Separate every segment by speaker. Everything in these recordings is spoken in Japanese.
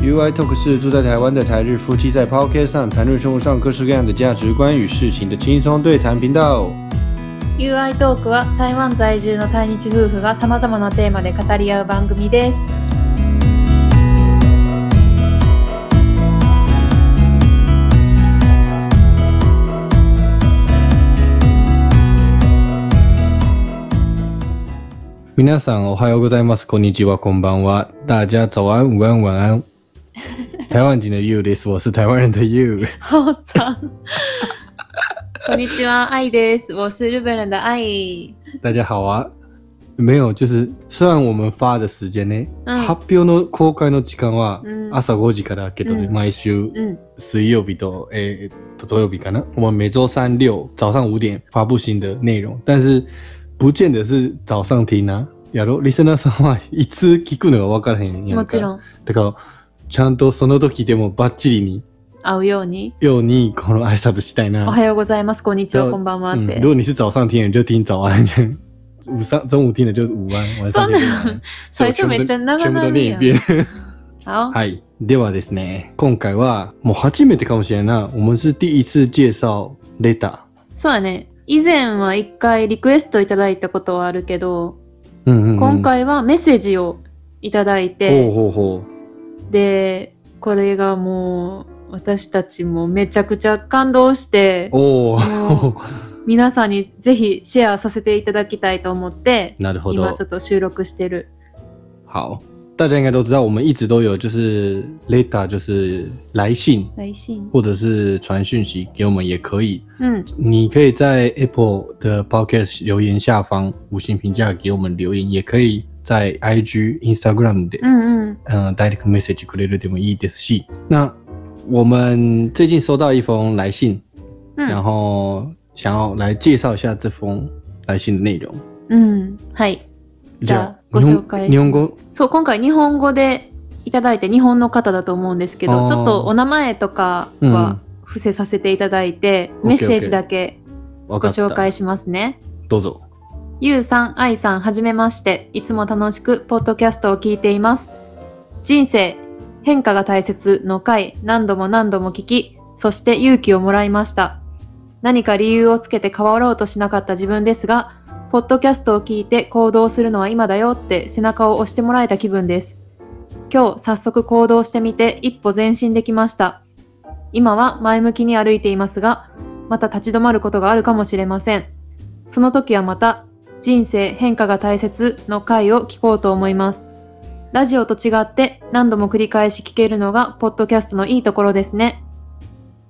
Speaker 1: UI Talk 是住在台湾的台日夫妻在 Podcast 上谈论生活上各式各样的价值观与事情的轻松对谈频道。
Speaker 2: UI トークは台湾在住の対日夫婦がさまざまなテーマで語り合う番組です。
Speaker 1: 皆さんおはようございます。こんにちは、こんばんは。大家早安、午安、晚安。台湾人的 You です。我是台湾人的 You。
Speaker 2: ハオさん。こんにちは、愛です。我是日本人的愛。
Speaker 1: 大家好啊。没有，就是虽然我们发的时間ね、
Speaker 2: うん
Speaker 1: 発表の公開の時間は
Speaker 2: うん
Speaker 1: 朝5時からだけどね、
Speaker 2: うん
Speaker 1: 毎週
Speaker 2: うん。
Speaker 1: 水曜日と诶、土曜日かな，我们每周三六早上五点发布新的内容，但是不见得是早上听啊。やろリスナーさんはいつ聞くのが分からへんやんか。
Speaker 2: もちろん
Speaker 1: だからちゃんとその時でもバッチリに
Speaker 2: 会うように。
Speaker 1: ようにこの挨拶したいな。
Speaker 2: おはようございます。こんにち
Speaker 1: じゃあ
Speaker 2: は、こんばんはっ
Speaker 1: 嗯
Speaker 2: て。
Speaker 1: 如果你是早上听的，你就听早安； 午上中午听的就是午安，晚上就是
Speaker 2: そう
Speaker 1: 晚
Speaker 2: なの
Speaker 1: 安。
Speaker 2: 最初めっちゃ長
Speaker 1: 全部
Speaker 2: な
Speaker 1: 都
Speaker 2: る
Speaker 1: 念一
Speaker 2: やん。
Speaker 1: 遍。
Speaker 2: 好。
Speaker 1: はい。ではですね、今回はもう初めてかもしれないな。我们是第一次介绍レタ
Speaker 2: そうやね。以前は一回リクエストいただいたことはあるけど、
Speaker 1: ー。うんうんうん
Speaker 2: 今回はメッセージをいただいて、
Speaker 1: ほうほうほ
Speaker 2: でこれがもう私たちもめちゃくちゃ感動して
Speaker 1: う。おお。
Speaker 2: 皆さんにぜひシェアさせていただきたいと思って
Speaker 1: なるほ
Speaker 2: 今
Speaker 1: ど
Speaker 2: ち。ょっと収録してる
Speaker 1: 好。大家应该都知道，我们一直都有就是 letter，就是来信
Speaker 2: 来信
Speaker 1: 或者是传讯息给我们也可以。
Speaker 2: うん
Speaker 1: 你可以在 Apple 的 Podcast 留言下方五星评价给我们留言，也可以在 IG、Instagram 的
Speaker 2: うんうん
Speaker 1: 嗯 direct message くれるでもいいですし。那我们最近收到一封来信，
Speaker 2: う
Speaker 1: 然
Speaker 2: ん
Speaker 1: 后想要来介绍一下这封来信的内容。
Speaker 2: うんはいじゃあご紹介
Speaker 1: 日本日本語
Speaker 2: そう今回日本語でいただいて日本の方だと思うんですけ
Speaker 1: あー
Speaker 2: どちょっとお名前とかは伏せさせていただいて、
Speaker 1: うん
Speaker 2: メッセージだけ
Speaker 1: ご
Speaker 2: ご紹介しますね。
Speaker 1: どうぞ。
Speaker 2: ゆうさん、あいさん、はじめまして。いつも楽しくポッドキャストを聞いています。人生、変化が大切の回、何度も何度も聞き、そして勇気をもらいました。何か理由をつけて変わろうとしなかった自分ですが、ポッドキャストを聞いて行動するのは今だよって背中を押してもらえた気分です。今日早速行動してみて一歩前進できました。今は前向きに歩いていますが、また立ち止まることがあるかもしれません。その時はまた人生変化が大切の回を聞こうと思います。ラジオと違って何度も繰り返し聞けるのがポッドキャストのいいところですね。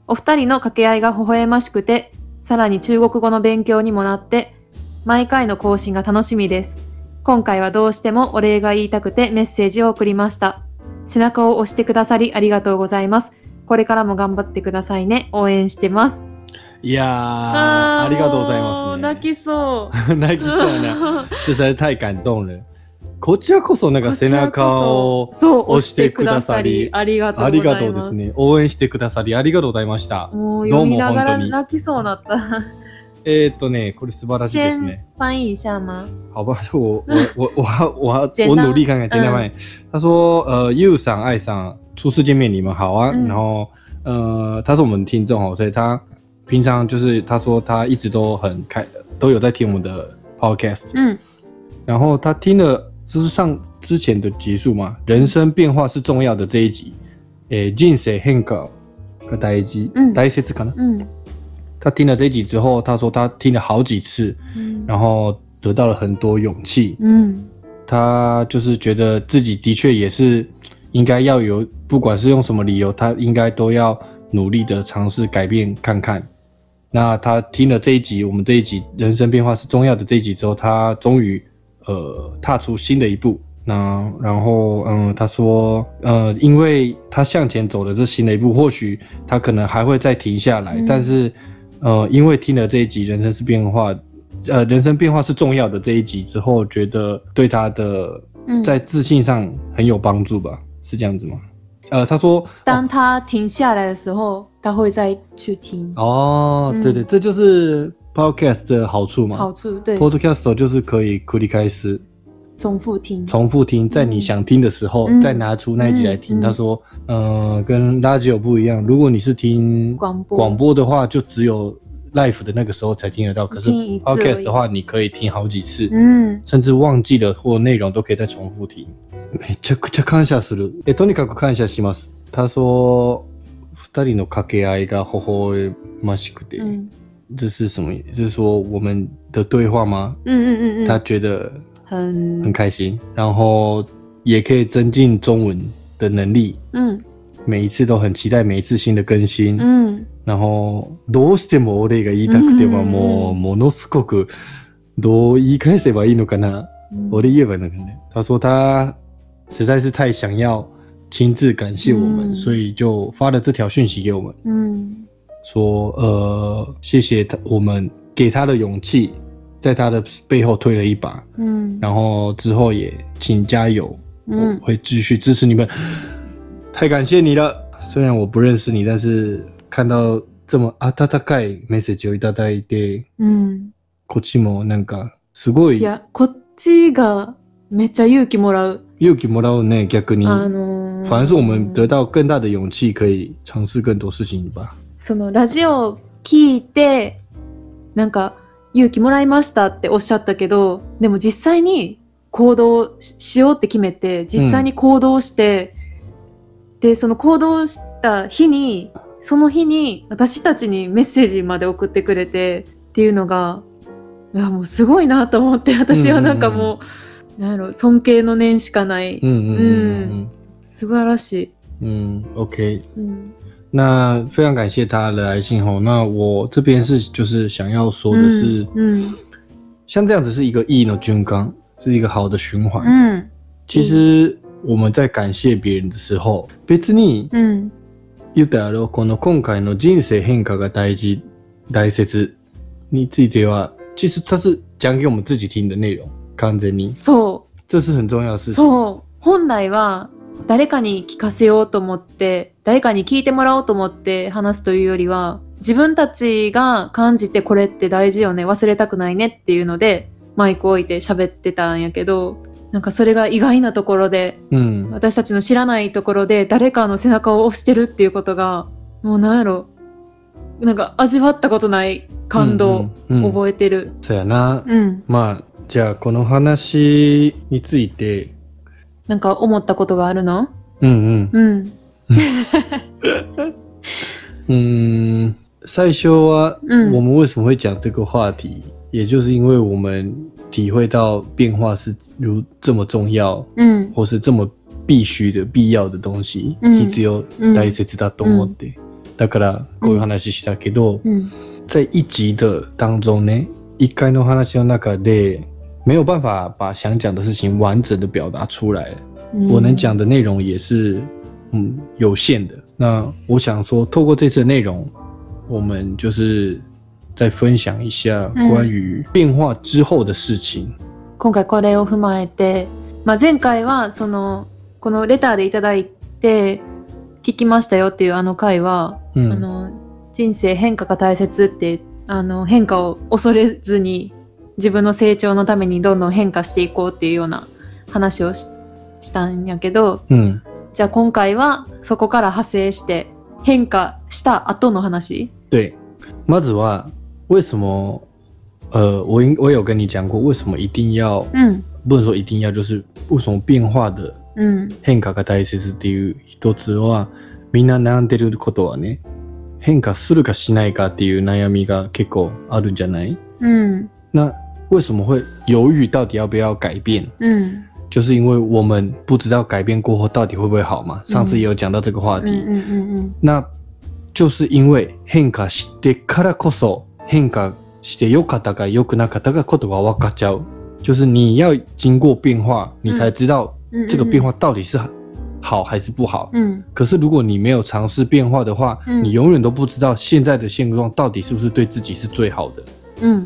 Speaker 2: お二人の掛け合いが微笑ましくて、さらに中国語の勉強にもなって、毎回の更新が楽しみです。今回はどうしてもお礼が言いたくてメッセージを送りました。背中を押してくださりありがとうございます。これからも頑張ってくださいね。応援してます。
Speaker 1: いやーありがとうございます、ね。
Speaker 2: そ う。
Speaker 1: 泣きそうな。这实在是太感动了。こちらこそなんか背中を
Speaker 2: そう
Speaker 1: 押してくださり
Speaker 2: ありがと
Speaker 1: あ
Speaker 2: う
Speaker 1: り
Speaker 2: ご
Speaker 1: が
Speaker 2: ざ
Speaker 1: と
Speaker 2: いう
Speaker 1: で
Speaker 2: ますす。
Speaker 1: ね。応援してくださりありがとうございました。
Speaker 2: もう
Speaker 1: どう
Speaker 2: 読み
Speaker 1: も
Speaker 2: なが
Speaker 1: 本
Speaker 2: ら
Speaker 1: 当に
Speaker 2: 泣きそうなった。
Speaker 1: えっ、ー、とね、これ素晴らしいです
Speaker 2: 先
Speaker 1: ね。
Speaker 2: 翻译一下吗？
Speaker 1: 好吧，我我我我要我要
Speaker 2: 简
Speaker 1: 我
Speaker 2: 单
Speaker 1: 努力看看，简单翻译。他说，呃，又赏爱上初次见面，你们好啊。
Speaker 2: 嗯
Speaker 1: 然后，呃，他是我们听众哦，所以他平常就是他说他一直都很开，都有在听我们的 podcast。
Speaker 2: 嗯
Speaker 1: 然后他听了就是上之前的集数嘛，人生变化是重要的这一集，诶，人生変化が大事、
Speaker 2: 嗯
Speaker 1: 大切かな。
Speaker 2: 嗯
Speaker 1: 他听了这一集之后，他说他听了好几次，
Speaker 2: 嗯
Speaker 1: 然后得到了很多勇气。
Speaker 2: 嗯
Speaker 1: 他就是觉得自己的确也是应该要有，不管是用什么理由，他应该都要努力的尝试改变看看。那他听了这一集，我们这一集人生变化是重要的这一集之后，他终于呃踏出新的一步。那然后嗯，他说呃，因为他向前走的这新的一步，或许他可能还会再停下来，
Speaker 2: 嗯
Speaker 1: 但是呃，因为听了这一集人生是变化，呃，人生变化是重要的这一集之后，觉得对他的
Speaker 2: 嗯。
Speaker 1: 在自信上很有帮助吧？是这样子吗？呃，他说
Speaker 2: 当他停下来的时候，他会再去听。
Speaker 1: 哦，
Speaker 2: 嗯
Speaker 1: 对对，这就是 podcast 的好处嘛。
Speaker 2: 好处对，
Speaker 1: podcast 就是可以繰り返す
Speaker 2: 重复听。
Speaker 1: 重复听，在你想听的时候，
Speaker 2: 嗯
Speaker 1: 再拿出那一集来听。
Speaker 2: 嗯嗯
Speaker 1: 他说，呃，跟拉吉有不一样，如果你是听
Speaker 2: 广播
Speaker 1: 广播的话，就只有 l i f e 的那个时候才听得到，可是
Speaker 2: 听一次而已
Speaker 1: podcast 的话，你可以听好几次。
Speaker 2: うん。
Speaker 1: 甚至忘记了或内容都可以再重复听。めちゃくちゃ感謝する。え、とにかく感謝します。他说、二人の掛け合いが微笑ましくて。
Speaker 2: うん。
Speaker 1: 这是什么意思？是说我们的对话吗？
Speaker 2: うんうんうん。
Speaker 1: 他觉得
Speaker 2: 很
Speaker 1: 很开心，然后也可以增进中文的能力。
Speaker 2: うん
Speaker 1: 每一次都很期待每一次新的更新。
Speaker 2: うん。
Speaker 1: 然后どうしても俺が言いたくてはもうものすごくどう言い返せばいいのかな。我的日本的可能，他说他实在是太想要亲自感谢我们，
Speaker 2: 嗯
Speaker 1: 所以就发了这条讯息给我们，
Speaker 2: うん。
Speaker 1: 说呃谢谢他，我们给他的勇气，在他的背后推了一把，
Speaker 2: うん。
Speaker 1: 然后之后也请加油，
Speaker 2: うん
Speaker 1: 我。会继续支持你们，太感谢你了。虽然我不认识你，但是看到这么啊あたたかいメッセージをいただいて、
Speaker 2: うん。
Speaker 1: こっちもなんかすごい
Speaker 2: いや、こっちがめっちゃ勇気もらう。
Speaker 1: 勇気もらうね、逆に。
Speaker 2: あのー
Speaker 1: 反而是我们得到更大的勇气，可以尝试更多事情吧。
Speaker 2: そのラジオを聞いてなんか勇気もらいましたっておっしゃったけどでも実際に行動ししようって決めて実際に行動して、でその行動した日にその日に私たちにメッセージまで送ってくれてっていうのがいやもうすごいなと思って私はなんかもう、なんやろ尊敬の念しかない、
Speaker 1: 嗯嗯
Speaker 2: 素晴らしい。
Speaker 1: 嗯嗯，OK。
Speaker 2: うん
Speaker 1: 那非常感谢他的来信吼。那我这边是就是想要说的是，
Speaker 2: うん
Speaker 1: 像这样子是一个意义的军刚，是一个好的循环。
Speaker 2: うん
Speaker 1: 其实我们在感谢别人的时候，別に
Speaker 2: うん
Speaker 1: 言ったやろこの今回の人生変化が大事大切については，其实它是讲给我们自己听的内容。完全に，
Speaker 2: そう
Speaker 1: 这是很重要的事情。
Speaker 2: そう本来は誰かに聞かせようと思って誰かに聞いてもらおうと思って話すというよりは自分たちが感じてこれって大事よね忘れたくないねっていうのでマイク置いて喋ってたんやけどなんかそれが意外なところで
Speaker 1: 嗯，
Speaker 2: 私たちの知らないところで誰かの背中を押してるっていうことがもうなんやろなんか味わったことない感動
Speaker 1: うんうんうん
Speaker 2: 覚えてる。
Speaker 1: そうやな、
Speaker 2: うん、
Speaker 1: まあじゃあこの話について
Speaker 2: なんか思ったことがあるの
Speaker 1: うん
Speaker 2: うん
Speaker 1: うんうん最初は
Speaker 2: うん
Speaker 1: 我们为什么会讲这个话题，也就是因为我们体会到变化是如这么重要，
Speaker 2: うん
Speaker 1: 或是这么必须的、必要的东西，
Speaker 2: 嗯
Speaker 1: 必要大切だと思って。だからこういう話したけど、
Speaker 2: うん
Speaker 1: 在一集的当中呢，一回の話の中で没有办法把想讲的事情完整的表达出来。
Speaker 2: うん
Speaker 1: 我能讲的内容也是嗯有限的。那我想说，透过这次的内容，我们就是再分享一下
Speaker 2: 嗯
Speaker 1: 关于变化之后的事情。
Speaker 2: 今回これを踏まえて、まあ、前回はそのこのレターでいただいて聞きましたよっていうあの回は、あ
Speaker 1: 嗯
Speaker 2: の人生変化が大切ってあの変化を恐れずに自分の成長のためにどんどん変化していこうっていうような話をししたんやけど
Speaker 1: 嗯
Speaker 2: じゃあ今回はそこから派生して変化した後の話
Speaker 1: 对。まずは为什么？呃，我应我有跟你讲过，为什么一定要
Speaker 2: うん
Speaker 1: 不能说一定要，就是为什么变化的
Speaker 2: うん
Speaker 1: 変化が大切っていう一つはみんな悩んでることはね変化するかしないかっていう悩みが結構あるんじゃない
Speaker 2: うん
Speaker 1: 那为什么会犹豫到底要不要改变？
Speaker 2: うん
Speaker 1: 就是因为我们不知道改变过后到底会不会好嘛。上次也有讲到这个话
Speaker 2: うん
Speaker 1: 题，
Speaker 2: うんうん
Speaker 1: 那就是因为変化してからこそ変化して良かったか良くなかったかことが分かっちゃう。就是你要经过变化，你才知道
Speaker 2: うん
Speaker 1: 这个变化到底是好还是不好。
Speaker 2: うん
Speaker 1: 可是如果你没有尝试变化的话，
Speaker 2: 嗯
Speaker 1: 你永远都不知道现在的现状到底是不是对自己是最好的。
Speaker 2: うん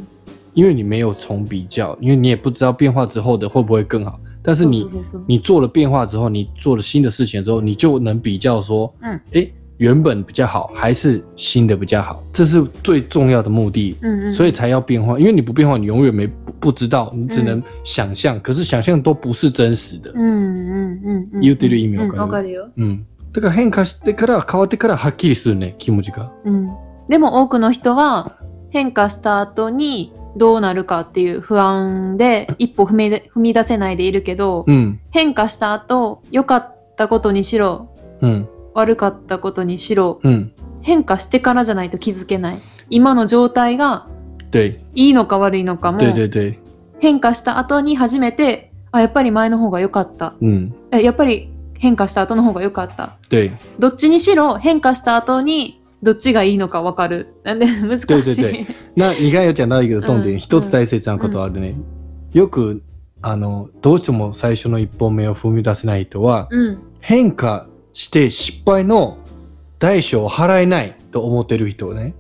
Speaker 1: 因为你没有从比较，因为你也不知道变化之后的会不会更好。但是你
Speaker 2: そうそうそうそう
Speaker 1: 你做了变化之后，你做了新的事情之后，你就能比较说，
Speaker 2: 嗯，
Speaker 1: 诶，原本比较好，还是新的比较好？这是最重要的目的。
Speaker 2: 嗯嗯，
Speaker 1: 所以
Speaker 2: 以
Speaker 1: 才要变化，因为你不变化，你永远没不不知道，你只
Speaker 2: 嗯
Speaker 1: 能想象。可是想象都不是真实的。
Speaker 2: うんうんうん。
Speaker 1: 言うてる意味わかる
Speaker 2: うん、わかるよ。
Speaker 1: うん。だから変化してから変わってからはっきりするね、気持ちが。
Speaker 2: うん。でも多くの人は変化した後にどうなるかっていう不安で一歩踏み出踏み出せないでいるけど、
Speaker 1: うん。
Speaker 2: 変化した後良かったことにしろ
Speaker 1: うん。
Speaker 2: 悪かったことにしろ
Speaker 1: うん。
Speaker 2: 変化してからじゃないと気づけない今の状態が
Speaker 1: 对。
Speaker 2: いいのか悪いのかも
Speaker 1: 对对对。
Speaker 2: 変化した後に初めてあやっぱり前の方が良かった
Speaker 1: うん。
Speaker 2: えやっぱり変化した後の方が良かった
Speaker 1: 嗯对。
Speaker 2: どっちにしろ変化した後にどっちがいいのか分かるなんで難しい
Speaker 1: 对对对那你刚才有讲到一个重
Speaker 2: うん
Speaker 1: 点、一つ大切なことあるね。よく、あの、どうしても最初の一歩目を踏み出せない人は、
Speaker 2: うん
Speaker 1: 変化して失敗の代償を払えないと思ってる人ね。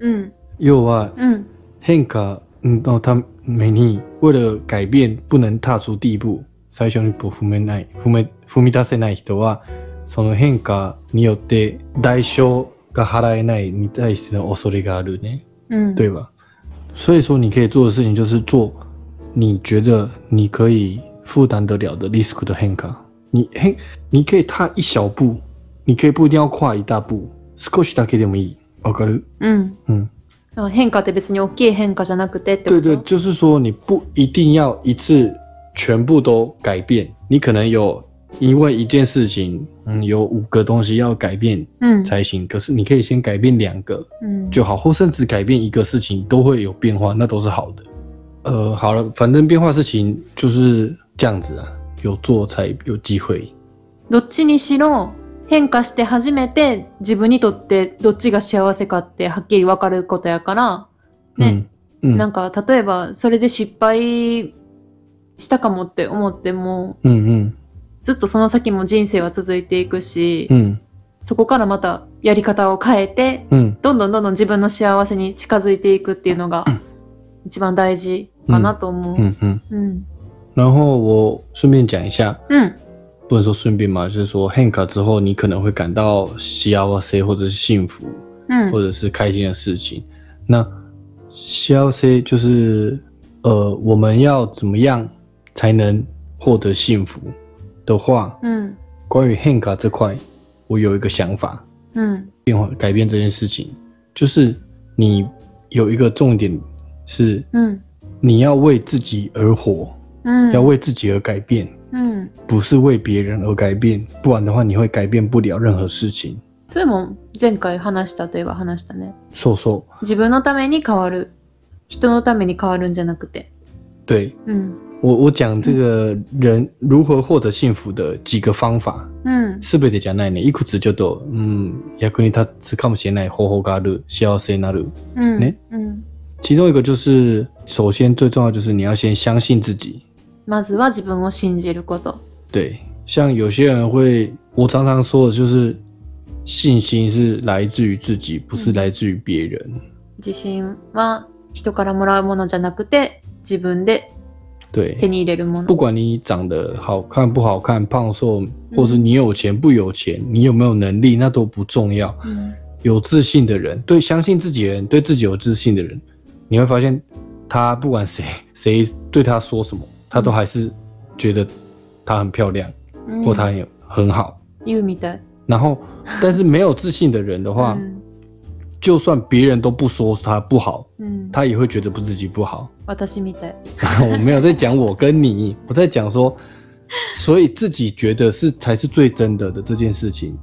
Speaker 2: うん
Speaker 1: 要は、
Speaker 2: うん
Speaker 1: 変化のために、为了改变不能踏出第一步、最初の一歩を踏めない、踏め、踏み出せない人は、その変化によって代償が払えないに対しての恐れがあるね，
Speaker 2: うん
Speaker 1: 对吧？所以说，你可以做的事情就是做你觉得你可以负担得了的 risk 的変化。你変、你可以踏一小步，你可以不一定要跨一大步，少しだけでもいい。わかる？
Speaker 2: うん
Speaker 1: うん。
Speaker 2: だから変化って別に大きい変化じゃなくてってこ
Speaker 1: 对
Speaker 2: と
Speaker 1: 对，就是说你不一定要一次全部都改变，你可能有因为一件事情，嗯，有五个东西要改变
Speaker 2: うん
Speaker 1: 才行。可是你可以先改变两个
Speaker 2: うん
Speaker 1: 就好，或甚至改变一个事情都会有变化，那都是好的。呃，好了，反正变化事情就是这样子啊，有做才有机会。
Speaker 2: どっちにしろ変化して初めて自分にとってどっちが幸せかってはっきり分かることやから、ね
Speaker 1: 嗯嗯
Speaker 2: なんか例えばそれで失敗したかもって思っても
Speaker 1: 嗯
Speaker 2: ずっとその先も人生は続いていくし、
Speaker 1: 嗯
Speaker 2: そこからまたやり方を変えて
Speaker 1: 嗯
Speaker 2: どんどんどんどん自分の幸せに近づいていくっていうのが一番大事かなと思う。
Speaker 1: 嗯嗯。
Speaker 2: うん
Speaker 1: 然后我顺便讲一下，
Speaker 2: うん
Speaker 1: 不能说顺便嘛，就是说 Hank 之后，你可能会感到幸せ或者是幸福，
Speaker 2: うん
Speaker 1: 或者是开心的事情。那幸せ就是呃，我们要怎么样才能获得幸福的话，
Speaker 2: うん
Speaker 1: 关于 Hank 啊这块，我有一个想法，
Speaker 2: うん
Speaker 1: 变化改变这件事情，就是你有一个重点是
Speaker 2: うん
Speaker 1: 你要为自己而活，
Speaker 2: うん
Speaker 1: 要为自己而改变。
Speaker 2: うん
Speaker 1: 不是为别人而改变，不然的话你会改变不了任何事情。
Speaker 2: それも前回話したといえば話したね。
Speaker 1: そうそう，
Speaker 2: 自分のために変わる人のために変わるんじゃなくて。
Speaker 1: 对
Speaker 2: うん
Speaker 1: 我我讲这个人如何获得幸福的几个方法，
Speaker 2: うん
Speaker 1: すべてじゃないね。いくつちょっとうん役嗯に立つかもしれない方法がある、幸せになる。
Speaker 2: うん
Speaker 1: ね
Speaker 2: うん
Speaker 1: 其中一个就是，首先最重要就是你要先相信自己。
Speaker 2: まずは自分を信じること。
Speaker 1: 对，像有些人会，我常常说的就是，信心是来自于自己，不是
Speaker 2: 嗯
Speaker 1: 来自于别人。
Speaker 2: 自信は人からもらうものじゃなくて自分で
Speaker 1: 对，
Speaker 2: 手に入れるもの
Speaker 1: 不。管你长得好看不好看、胖瘦，或是你有钱不有钱，你有没有能力，那都不重要。
Speaker 2: うん
Speaker 1: 有自信的人，对相信自己的人，对自己有自信的人，你会发现，他不管谁谁对他说什么，他都还是觉得她很漂亮，
Speaker 2: うん
Speaker 1: 或她很有很好。
Speaker 2: 言うみたい。
Speaker 1: 然后，但是没有自信的人的话，
Speaker 2: 嗯
Speaker 1: 就算别人都不说他不好，
Speaker 2: うん、
Speaker 1: 他也会觉得不自己不好。
Speaker 2: 私みたい。
Speaker 1: 我没有在讲我跟你，我在讲说，所以自己觉得是才是最真的的这件事情。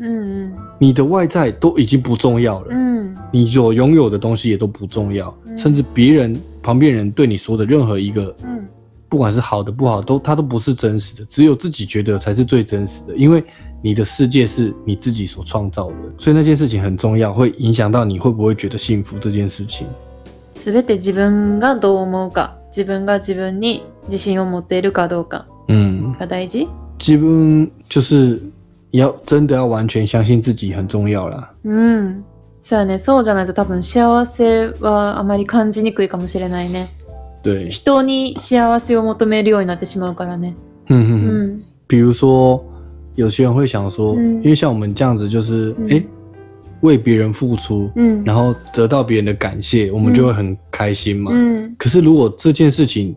Speaker 2: うん
Speaker 1: 你的外在都已经不重要
Speaker 2: う
Speaker 1: 了，
Speaker 2: ん。
Speaker 1: 你所拥有的东西也都不重要，
Speaker 2: 嗯
Speaker 1: 甚至别人旁边人对你说的任何一个，
Speaker 2: うん。
Speaker 1: 不管是好的不好，都它都不是真实的，只有自己觉得才是最真实的，因为你的世界是你自己所创造的，所以那件事情很重要，会影响到你会不会觉得幸福这件事情。
Speaker 2: すべて自分がどう思うか、自分が自分に自信を持っているかどうか
Speaker 1: 嗯，
Speaker 2: が大事。
Speaker 1: 基本就是要真的要完全相信自己很重要啦。
Speaker 2: うん。そうやね。そうじゃないと多分幸せはあまり感じにくいかもしれないね。
Speaker 1: 对，
Speaker 2: 人に幸せを求めるようになってしまうからね。
Speaker 1: 嗯
Speaker 2: う
Speaker 1: 嗯嗯。
Speaker 2: ん。
Speaker 1: 比如说，有些人会想说，
Speaker 2: 嗯
Speaker 1: 因为像我们这样子，就是哎、
Speaker 2: 嗯
Speaker 1: 诶为别人付出，
Speaker 2: 嗯，
Speaker 1: 然
Speaker 2: 后
Speaker 1: 后得到别人的感谢，我们就会很开心嘛。
Speaker 2: 嗯
Speaker 1: 可是如果这件事情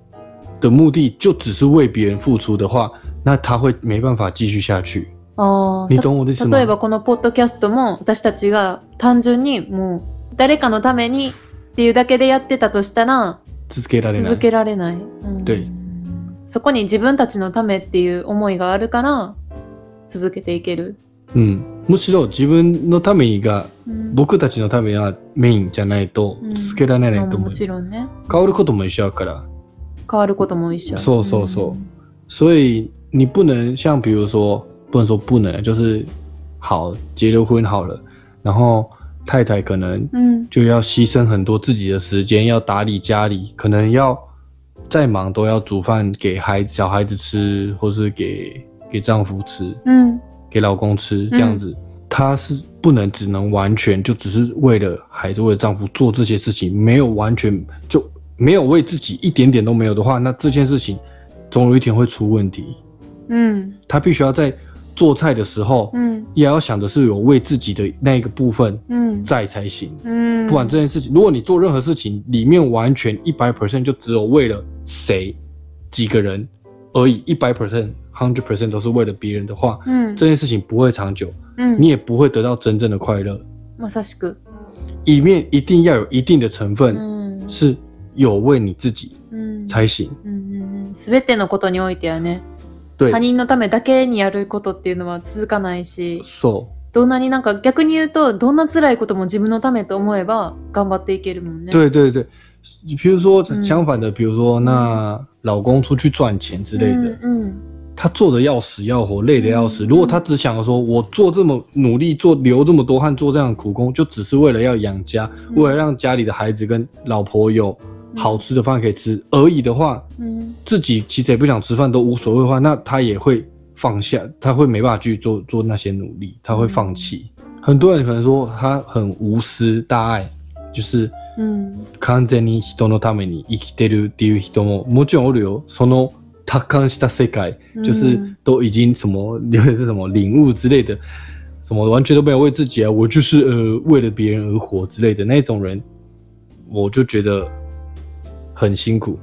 Speaker 1: 的目的就只是为别人付出的话，那他会没办法继续下去。
Speaker 2: あー
Speaker 1: 你懂我的意思吗
Speaker 2: 例え？ばこのポッドキャストも私たちが単純にもう誰かのためにっていうだけでやってたとしたら
Speaker 1: 続けられない。
Speaker 2: 続けられない、うん
Speaker 1: 对
Speaker 2: そこに自分たちのためっていう思いがあるから続けていける、
Speaker 1: うん。むしろ自分のためにが
Speaker 2: うん
Speaker 1: 僕たちのためがメインじゃないと
Speaker 2: うん
Speaker 1: 続けられないと思
Speaker 2: まあ
Speaker 1: う
Speaker 2: も。ちろんね
Speaker 1: 変わることも一緒だから。
Speaker 2: 変わることも一緒
Speaker 1: そうそうそう所以你不能像比如说，不能说不能，就是好结了婚好了，然后太太可能
Speaker 2: うん
Speaker 1: 就要牺牲很多自己的时间，要打理家里，可能要再忙都要煮饭给孩子小孩子吃，或是给给丈夫吃，
Speaker 2: うん
Speaker 1: 给老公吃这样子。她是不能只能完全就只是为了孩子、为了丈夫做这些事情，没有完全就没有为自己一点点都没有的话，那这件事情总有一天会出问题。
Speaker 2: うん
Speaker 1: 她必须要在做菜的时候，
Speaker 2: うん
Speaker 1: 也要想的是有为自己的那个部分
Speaker 2: うん
Speaker 1: 在才行。
Speaker 2: うん
Speaker 1: 不管这件事情，如果你做任何事情，里面完全一百 percent 就只有为了谁、几个人而已，一百 percent、hundred percent 都是为了别人的话，
Speaker 2: うん
Speaker 1: 这件事情不会长久，
Speaker 2: うん
Speaker 1: 你也不会得到真正的快乐。
Speaker 2: まさしく
Speaker 1: 里面一定要有一定的成
Speaker 2: う
Speaker 1: 分
Speaker 2: ん
Speaker 1: 是有为你自己
Speaker 2: うん
Speaker 1: 才行。
Speaker 2: うんうんうん全てのことにおいてはね
Speaker 1: 对
Speaker 2: 他，人のためだけにやることっていうのは続かないし
Speaker 1: そう。
Speaker 2: どんなになんか逆に言うとどんな辛いことも自分のためと思えば頑張っていけるもんね。
Speaker 1: 对对对，比如说
Speaker 2: 嗯
Speaker 1: 相反的，比如说那老公出去赚钱之类的，
Speaker 2: うんうん
Speaker 1: 他做的要死要活，累的要死。
Speaker 2: 嗯
Speaker 1: 如果他只想着说，我做这么努力，做流这么多汗，做这样的苦工，就只是为了要养家，
Speaker 2: 嗯
Speaker 1: 为了让家里的孩子跟老婆有好吃的饭可以吃而已的话，
Speaker 2: うん
Speaker 1: 自己其实也不想吃饭都无所谓的话，那他也会放下，他会没办法去做做那些努力，他会放弃。很多人可能说他很无私大爱，就是
Speaker 2: うん
Speaker 1: 完全に人のために生きてるっていう人ももちろんおるよ。その達観した世界、
Speaker 2: うん
Speaker 1: 就是都已经什么，有点是什么领悟之类的，什么完全都没有为自己啊，我就是呃为了别人而活之类的那种人，我就觉得很辛苦，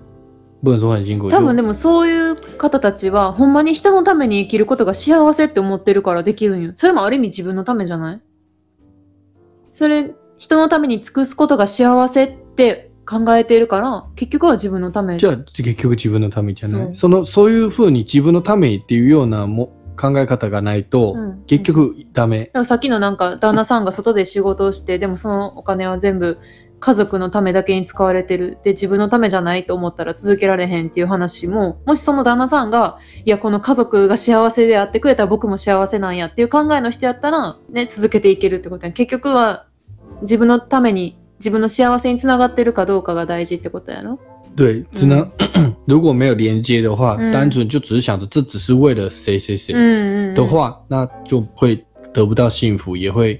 Speaker 1: 不能说很辛苦，
Speaker 2: 多分
Speaker 1: 就
Speaker 2: でもそういう方たちはほんまに人のために生きることが幸せって思ってるからできるんよ。それもある意味自分のためじゃないそれ人のために尽くすことが幸せって考えているから結局は自分のため
Speaker 1: じゃあ結局自分のためじゃない。
Speaker 2: そう
Speaker 1: そのそういう風に自分のためっていうようなも考え方がないと、
Speaker 2: うん
Speaker 1: 結局ダメ。
Speaker 2: だからさっきのなんか旦那さんが外で仕事をしてでもそのお金は全部家族のためだけに使われてるで自分のためじゃないと思ったら続けられへんっていう話ももしその旦那さんがいやこの家族が幸せであってくれたら僕も幸せなんやっていう考えの人やったら、ね、続けていけるってことや結局は自分のために自分の幸せにつながってるかどうかが大事ってことやろ
Speaker 1: 对，只能、 如果没有连接的话，
Speaker 2: 嗯
Speaker 1: 单纯就只是想着这只是为了谁谁谁
Speaker 2: うんうん
Speaker 1: 的话，那就会得不到幸福，也会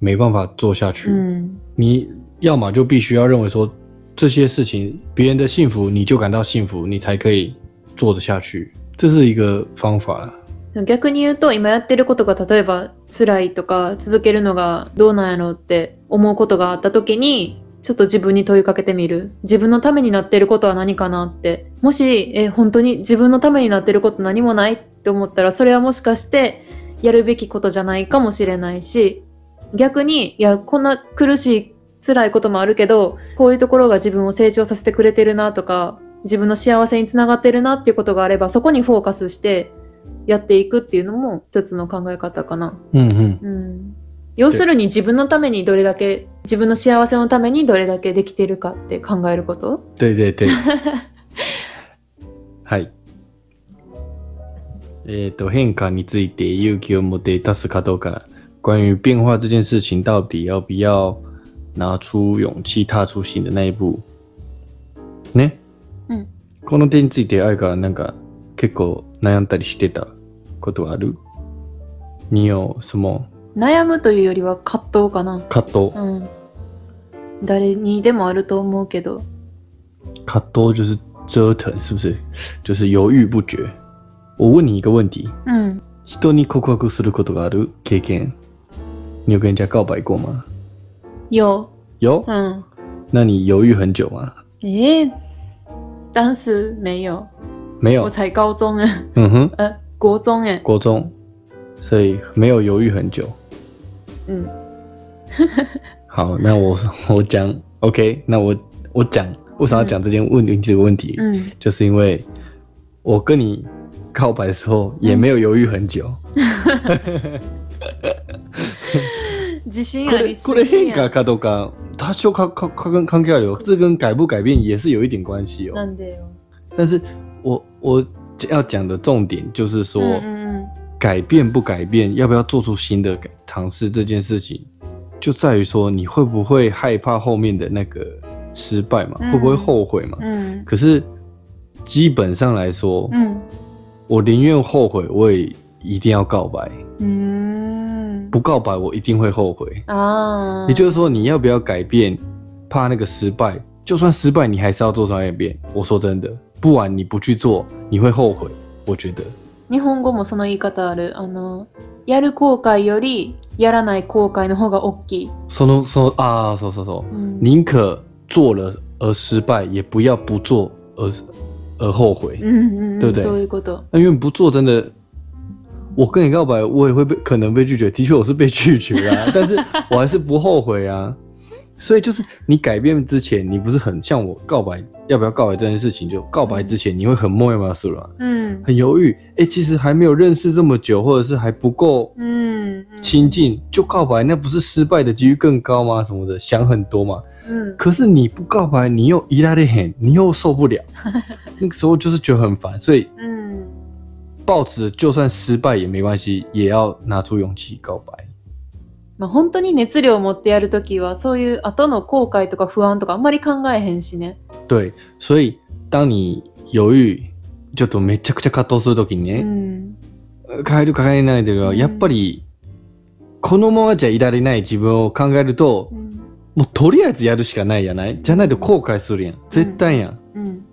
Speaker 1: 没办法做下去。
Speaker 2: うん
Speaker 1: 你要么就必须要认为说这些事情别人的幸福，你就感到幸福，你才可以做得下去，这是一个方法。
Speaker 2: 逆に言うと今やってることが例えば辛いとか続けるのがどうなんやろうって思うことがあった時にちょっと自分に問いかけてみる自分のためになってることは何かなってもしえ本当に自分のためになってること何もないって思ったらそれはもしかしてやるべきことじゃないかもしれないし逆にいやこんな苦しい辛いこともあるけどこういうところが自分を成長させてくれてるなとか自分の幸せにつながってるなっていうことがあればそこにフォーカスしてやっていくっていうのも一つの考え方かな。
Speaker 1: 嗯嗯，
Speaker 2: うん、要するに自分のためにどれだけ自分の幸せのためにどれだけできてるかって考えること
Speaker 1: 对对 对。はい。えーと変化について勇気を持って出すかどうか，关于变化这件事情，到底要不要拿出勇气踏出新的那一步？ね。
Speaker 2: うん。
Speaker 1: この点について愛がなんか結構悩んだりしてたことはある？你有什么
Speaker 2: 悩むというよりは葛藤かな。
Speaker 1: 葛藤？
Speaker 2: うん、誰にでもあると思うけど
Speaker 1: 卡多就是折腾，是不是？就是犹豫不决。我问你一个问题：
Speaker 2: うん
Speaker 1: 人に告白することがある経験。你有跟人家告白过吗？
Speaker 2: 有，
Speaker 1: 有。
Speaker 2: 嗯，
Speaker 1: 那你犹豫很久吗？
Speaker 2: 诶，当时没有，
Speaker 1: 没
Speaker 2: 我
Speaker 1: 有。
Speaker 2: 才高中 啊，
Speaker 1: 嗯哼，
Speaker 2: 呃，国中诶，
Speaker 1: 国中，所以没有犹豫很久。
Speaker 2: 嗯，
Speaker 1: 好，那我我讲 OK，那我我讲为什么要讲这件问题的问题，
Speaker 2: 嗯，
Speaker 1: 就是因为我跟你告白的时候也没有犹豫很久。
Speaker 2: 自信
Speaker 1: こ
Speaker 2: あ
Speaker 1: れ
Speaker 2: りす
Speaker 1: これ
Speaker 2: ぎ
Speaker 1: 変
Speaker 2: や
Speaker 1: 化かどうか多少かかか跟関係あるよ，这跟改不改变也是有一点关系
Speaker 2: な
Speaker 1: 哦。
Speaker 2: んでよ。
Speaker 1: 但是我我要讲的重点就是说，
Speaker 2: 嗯嗯
Speaker 1: 改变不改变，要不要做出新的改尝试这件事情，就在于说你会不会害怕后面的那个失败嘛，
Speaker 2: 嗯
Speaker 1: 会不会后悔嘛？
Speaker 2: 嗯
Speaker 1: 可是基本上来说，
Speaker 2: 嗯
Speaker 1: 我宁愿后悔，我也一定要告白。
Speaker 2: 嗯
Speaker 1: 不告白，我一定会后悔。
Speaker 2: 嗯啊，
Speaker 1: 也就是说，你要不要改变，怕那个失败，就算失败，你还是要做出改变。我说真的，不然你不去做，你会后悔。我觉得，
Speaker 2: 日本語もその言い方ある。あの、やる後悔よりやらない後悔の方が大きい。
Speaker 1: そのそのあ、そうそうそう。
Speaker 2: うん
Speaker 1: 啊宁可做了而失败，也不要不做而而后悔。
Speaker 2: うんうん
Speaker 1: 对不
Speaker 2: うん、
Speaker 1: 对
Speaker 2: そういうこと。
Speaker 1: 那、因为不做真的，我跟你告白，我也会被可能被拒绝。的确，我是被 拒绝啊，但是我还是不后悔啊。所以就是你改变之前，你不是很像我告白要不要告白这件事情，就告白之前你会很莫名其妙，
Speaker 2: うん。
Speaker 1: 很犹豫。哎、其实还没有认识这么久，或者是还不够
Speaker 2: うん。
Speaker 1: 亲近，就告白，那不是失败的几率更高吗？什么的，想很多嘛。
Speaker 2: うん。
Speaker 1: 可是你不告白，你又依赖的很，你又受不了，那个时候就是觉得很烦，所以
Speaker 2: うん。
Speaker 1: 抱着就算失败也没关系，也要拿出勇气告白。
Speaker 2: まあ、本当に熱量を持ってやるときは、そういう後の後悔とか不安とかあんまり考えへんしね。
Speaker 1: 对，所以当你犹豫、ちょっとめちゃくちゃ葛藤するときに
Speaker 2: う
Speaker 1: ね、
Speaker 2: ん。
Speaker 1: 変える変えないでは、
Speaker 2: うん
Speaker 1: やっぱりこのままじゃいられない自分を考えると
Speaker 2: う、ん。
Speaker 1: もうとりあえずやるしかないやないじゃないと後悔するやん。絶対やん。
Speaker 2: うん。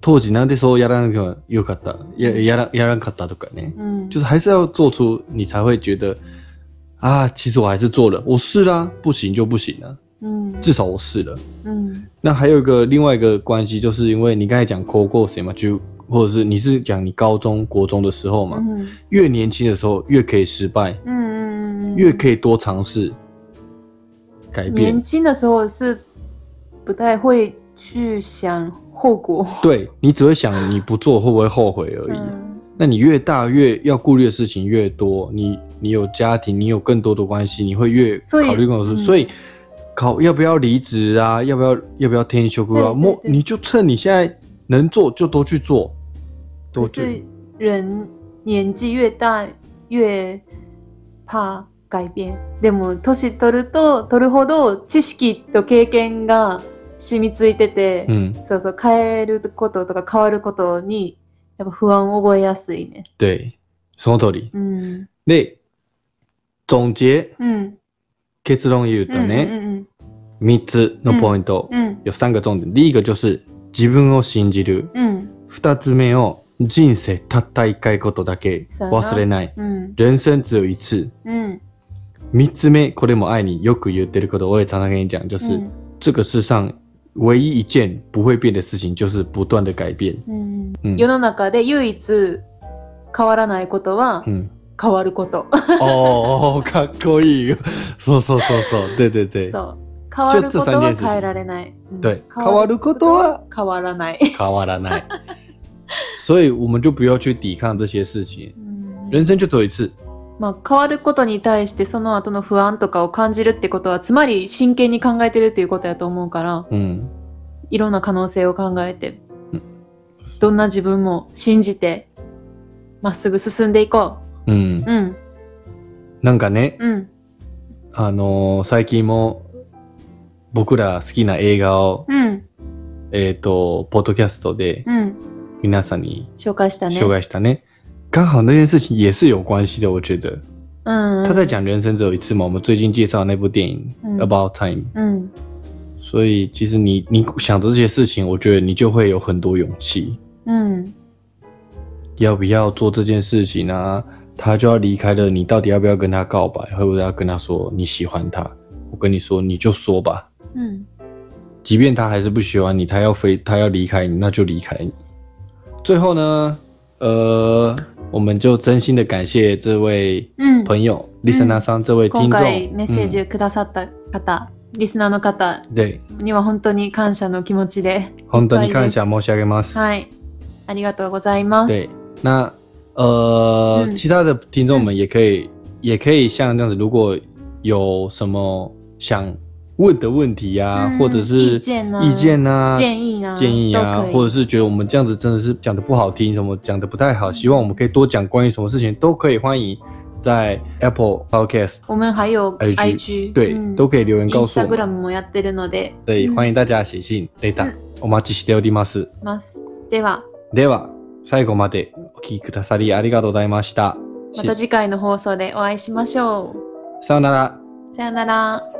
Speaker 1: 当時なんでそうやらなきゃよかった、ややらやらんかったとかね。
Speaker 2: うん。
Speaker 1: 就是还是要做出，你才会觉得啊，其实我还是做了，我试啦、不行就不行了、
Speaker 2: うん。
Speaker 1: 至少我试了。
Speaker 2: うん。
Speaker 1: 那还有一个另外一个关系，就是因为你刚才讲 c o g o 谁嘛，就或者是你是讲你高中国中的时候嘛，
Speaker 2: うん。
Speaker 1: 越年轻的时候越可以失败，
Speaker 2: 嗯嗯嗯
Speaker 1: 越可以多尝试改变
Speaker 2: 年。轻的时候是不太会去想后果。
Speaker 1: 对你只会想你不做会不会后悔而已。
Speaker 2: 嗯
Speaker 1: 那你越大越要顾虑的事情越多，你你有家庭，你有更多的关系，你会越
Speaker 2: 所以
Speaker 1: 考虑更多事。
Speaker 2: 嗯
Speaker 1: 所以考要不要离职啊？要不要要不要天休克啊？
Speaker 2: 对对
Speaker 1: 莫
Speaker 2: 对
Speaker 1: 你就趁你现在能做就都去做，都
Speaker 2: 可
Speaker 1: 去
Speaker 2: 是。人年纪越大越怕改变。でも年取ると取るほど知識と経験が染みついてて、
Speaker 1: 嗯，
Speaker 2: そうそう変えることとか変わることにやっぱ不安を覚えやすいね。
Speaker 1: 对，什么道理？
Speaker 2: うん。
Speaker 1: 那总结
Speaker 2: うん。
Speaker 1: 结论言う
Speaker 2: う
Speaker 1: と
Speaker 2: ん。
Speaker 1: ね、
Speaker 2: うん。
Speaker 1: 三つのポイント
Speaker 2: うん。
Speaker 1: 有三个重点。第一个就是自分を信じる。
Speaker 2: うん。
Speaker 1: 二つ目を人生たった一回ことだけ忘れない。
Speaker 2: うん。
Speaker 1: 人生只有一次。
Speaker 2: うん。
Speaker 1: 三つ目，これも爱你。よく言ってること，我也常常跟你讲，就是、这个世上唯一一件不会变的事情，就是不断的改变。
Speaker 2: うん
Speaker 1: うん
Speaker 2: 世の中で唯一変わらないことは
Speaker 1: 嗯，
Speaker 2: 変わること。
Speaker 1: 哦，かっこいい。そうそうそうそう。对对对。
Speaker 2: そう変わること
Speaker 1: ちょっと
Speaker 2: は
Speaker 1: 三件
Speaker 2: 変えられない。うん
Speaker 1: 对，変わることは
Speaker 2: 変わらない。
Speaker 1: 変わらない。所以我们就不要去抵抗这些事情。人生就只有一次。
Speaker 2: まあ、変わることに対してその後の不安とかを感じるってことはつまり真剣に考えてるっていうことやと思うから
Speaker 1: 嗯，
Speaker 2: いろんな可能性を考えて
Speaker 1: う
Speaker 2: どんな自分も信じてまっすぐ進んでいこ
Speaker 1: 嗯，
Speaker 2: う。うん
Speaker 1: なんかね、
Speaker 2: うん
Speaker 1: あのー最近も僕ら好きな映画を、
Speaker 2: うん
Speaker 1: えっ、と、ポッドキャストで
Speaker 2: うん
Speaker 1: 皆さんに
Speaker 2: 紹介したね。
Speaker 1: 修改したね。刚好那件事情也是有关系的，我觉得
Speaker 2: うんうん
Speaker 1: 他在讲人生只有一次嘛。我们最近介绍的那部电影
Speaker 2: 嗯
Speaker 1: 《About Time》，
Speaker 2: うん
Speaker 1: 所以其实你你想着这些事情，我觉得你就会有很多勇气。
Speaker 2: うん
Speaker 1: 要不要做这件事情啊？他就要离开了，你到底要不要跟他告白，或者要跟他说你喜欢他？我跟你说，你就说吧。
Speaker 2: うん。
Speaker 1: 即便他还是不喜欢你，他要飞，他要离开你，那就离开你。最后呢，呃，我们就真心的感谢这位
Speaker 2: うん。
Speaker 1: 嗯朋友、リスナーさん，这位
Speaker 2: 今
Speaker 1: 听
Speaker 2: 回
Speaker 1: 众，
Speaker 2: メッセージをくださった方、リスナーの方
Speaker 1: 嗯、对，
Speaker 2: には本当に感謝の気持ちで、
Speaker 1: 本当に感謝申し上げます。
Speaker 2: はい。ありがとうございます。
Speaker 1: 对，那呃，
Speaker 2: 嗯
Speaker 1: 其他的听众们也可以，也可以像这样子，如果有什么想问的问题呀、
Speaker 2: 嗯
Speaker 1: 或者是
Speaker 2: 意见啊
Speaker 1: 意见呐、
Speaker 2: 建议啊，
Speaker 1: 建议啊
Speaker 2: 都，可以
Speaker 1: 或者是觉得我们这样子真的是讲的不好听，什么讲的不太
Speaker 2: 嗯
Speaker 1: 好，希望我们可以多讲关于什么事情都可以，欢迎在 Apple Podcast
Speaker 2: 我们还有
Speaker 1: IG
Speaker 2: IG，
Speaker 1: 对、都可以留言告诉我
Speaker 2: インスタグラ
Speaker 1: 们，
Speaker 2: ムもやってるので、
Speaker 1: 对，
Speaker 2: 嗯
Speaker 1: 欢迎大家写信 data
Speaker 2: 嗯
Speaker 1: お待ちしております。
Speaker 2: ます。では、
Speaker 1: では最後までお聞きくださりありがとうございました。
Speaker 2: また次回の放送でお会いしましょ
Speaker 1: さようなら。
Speaker 2: う。さよなら。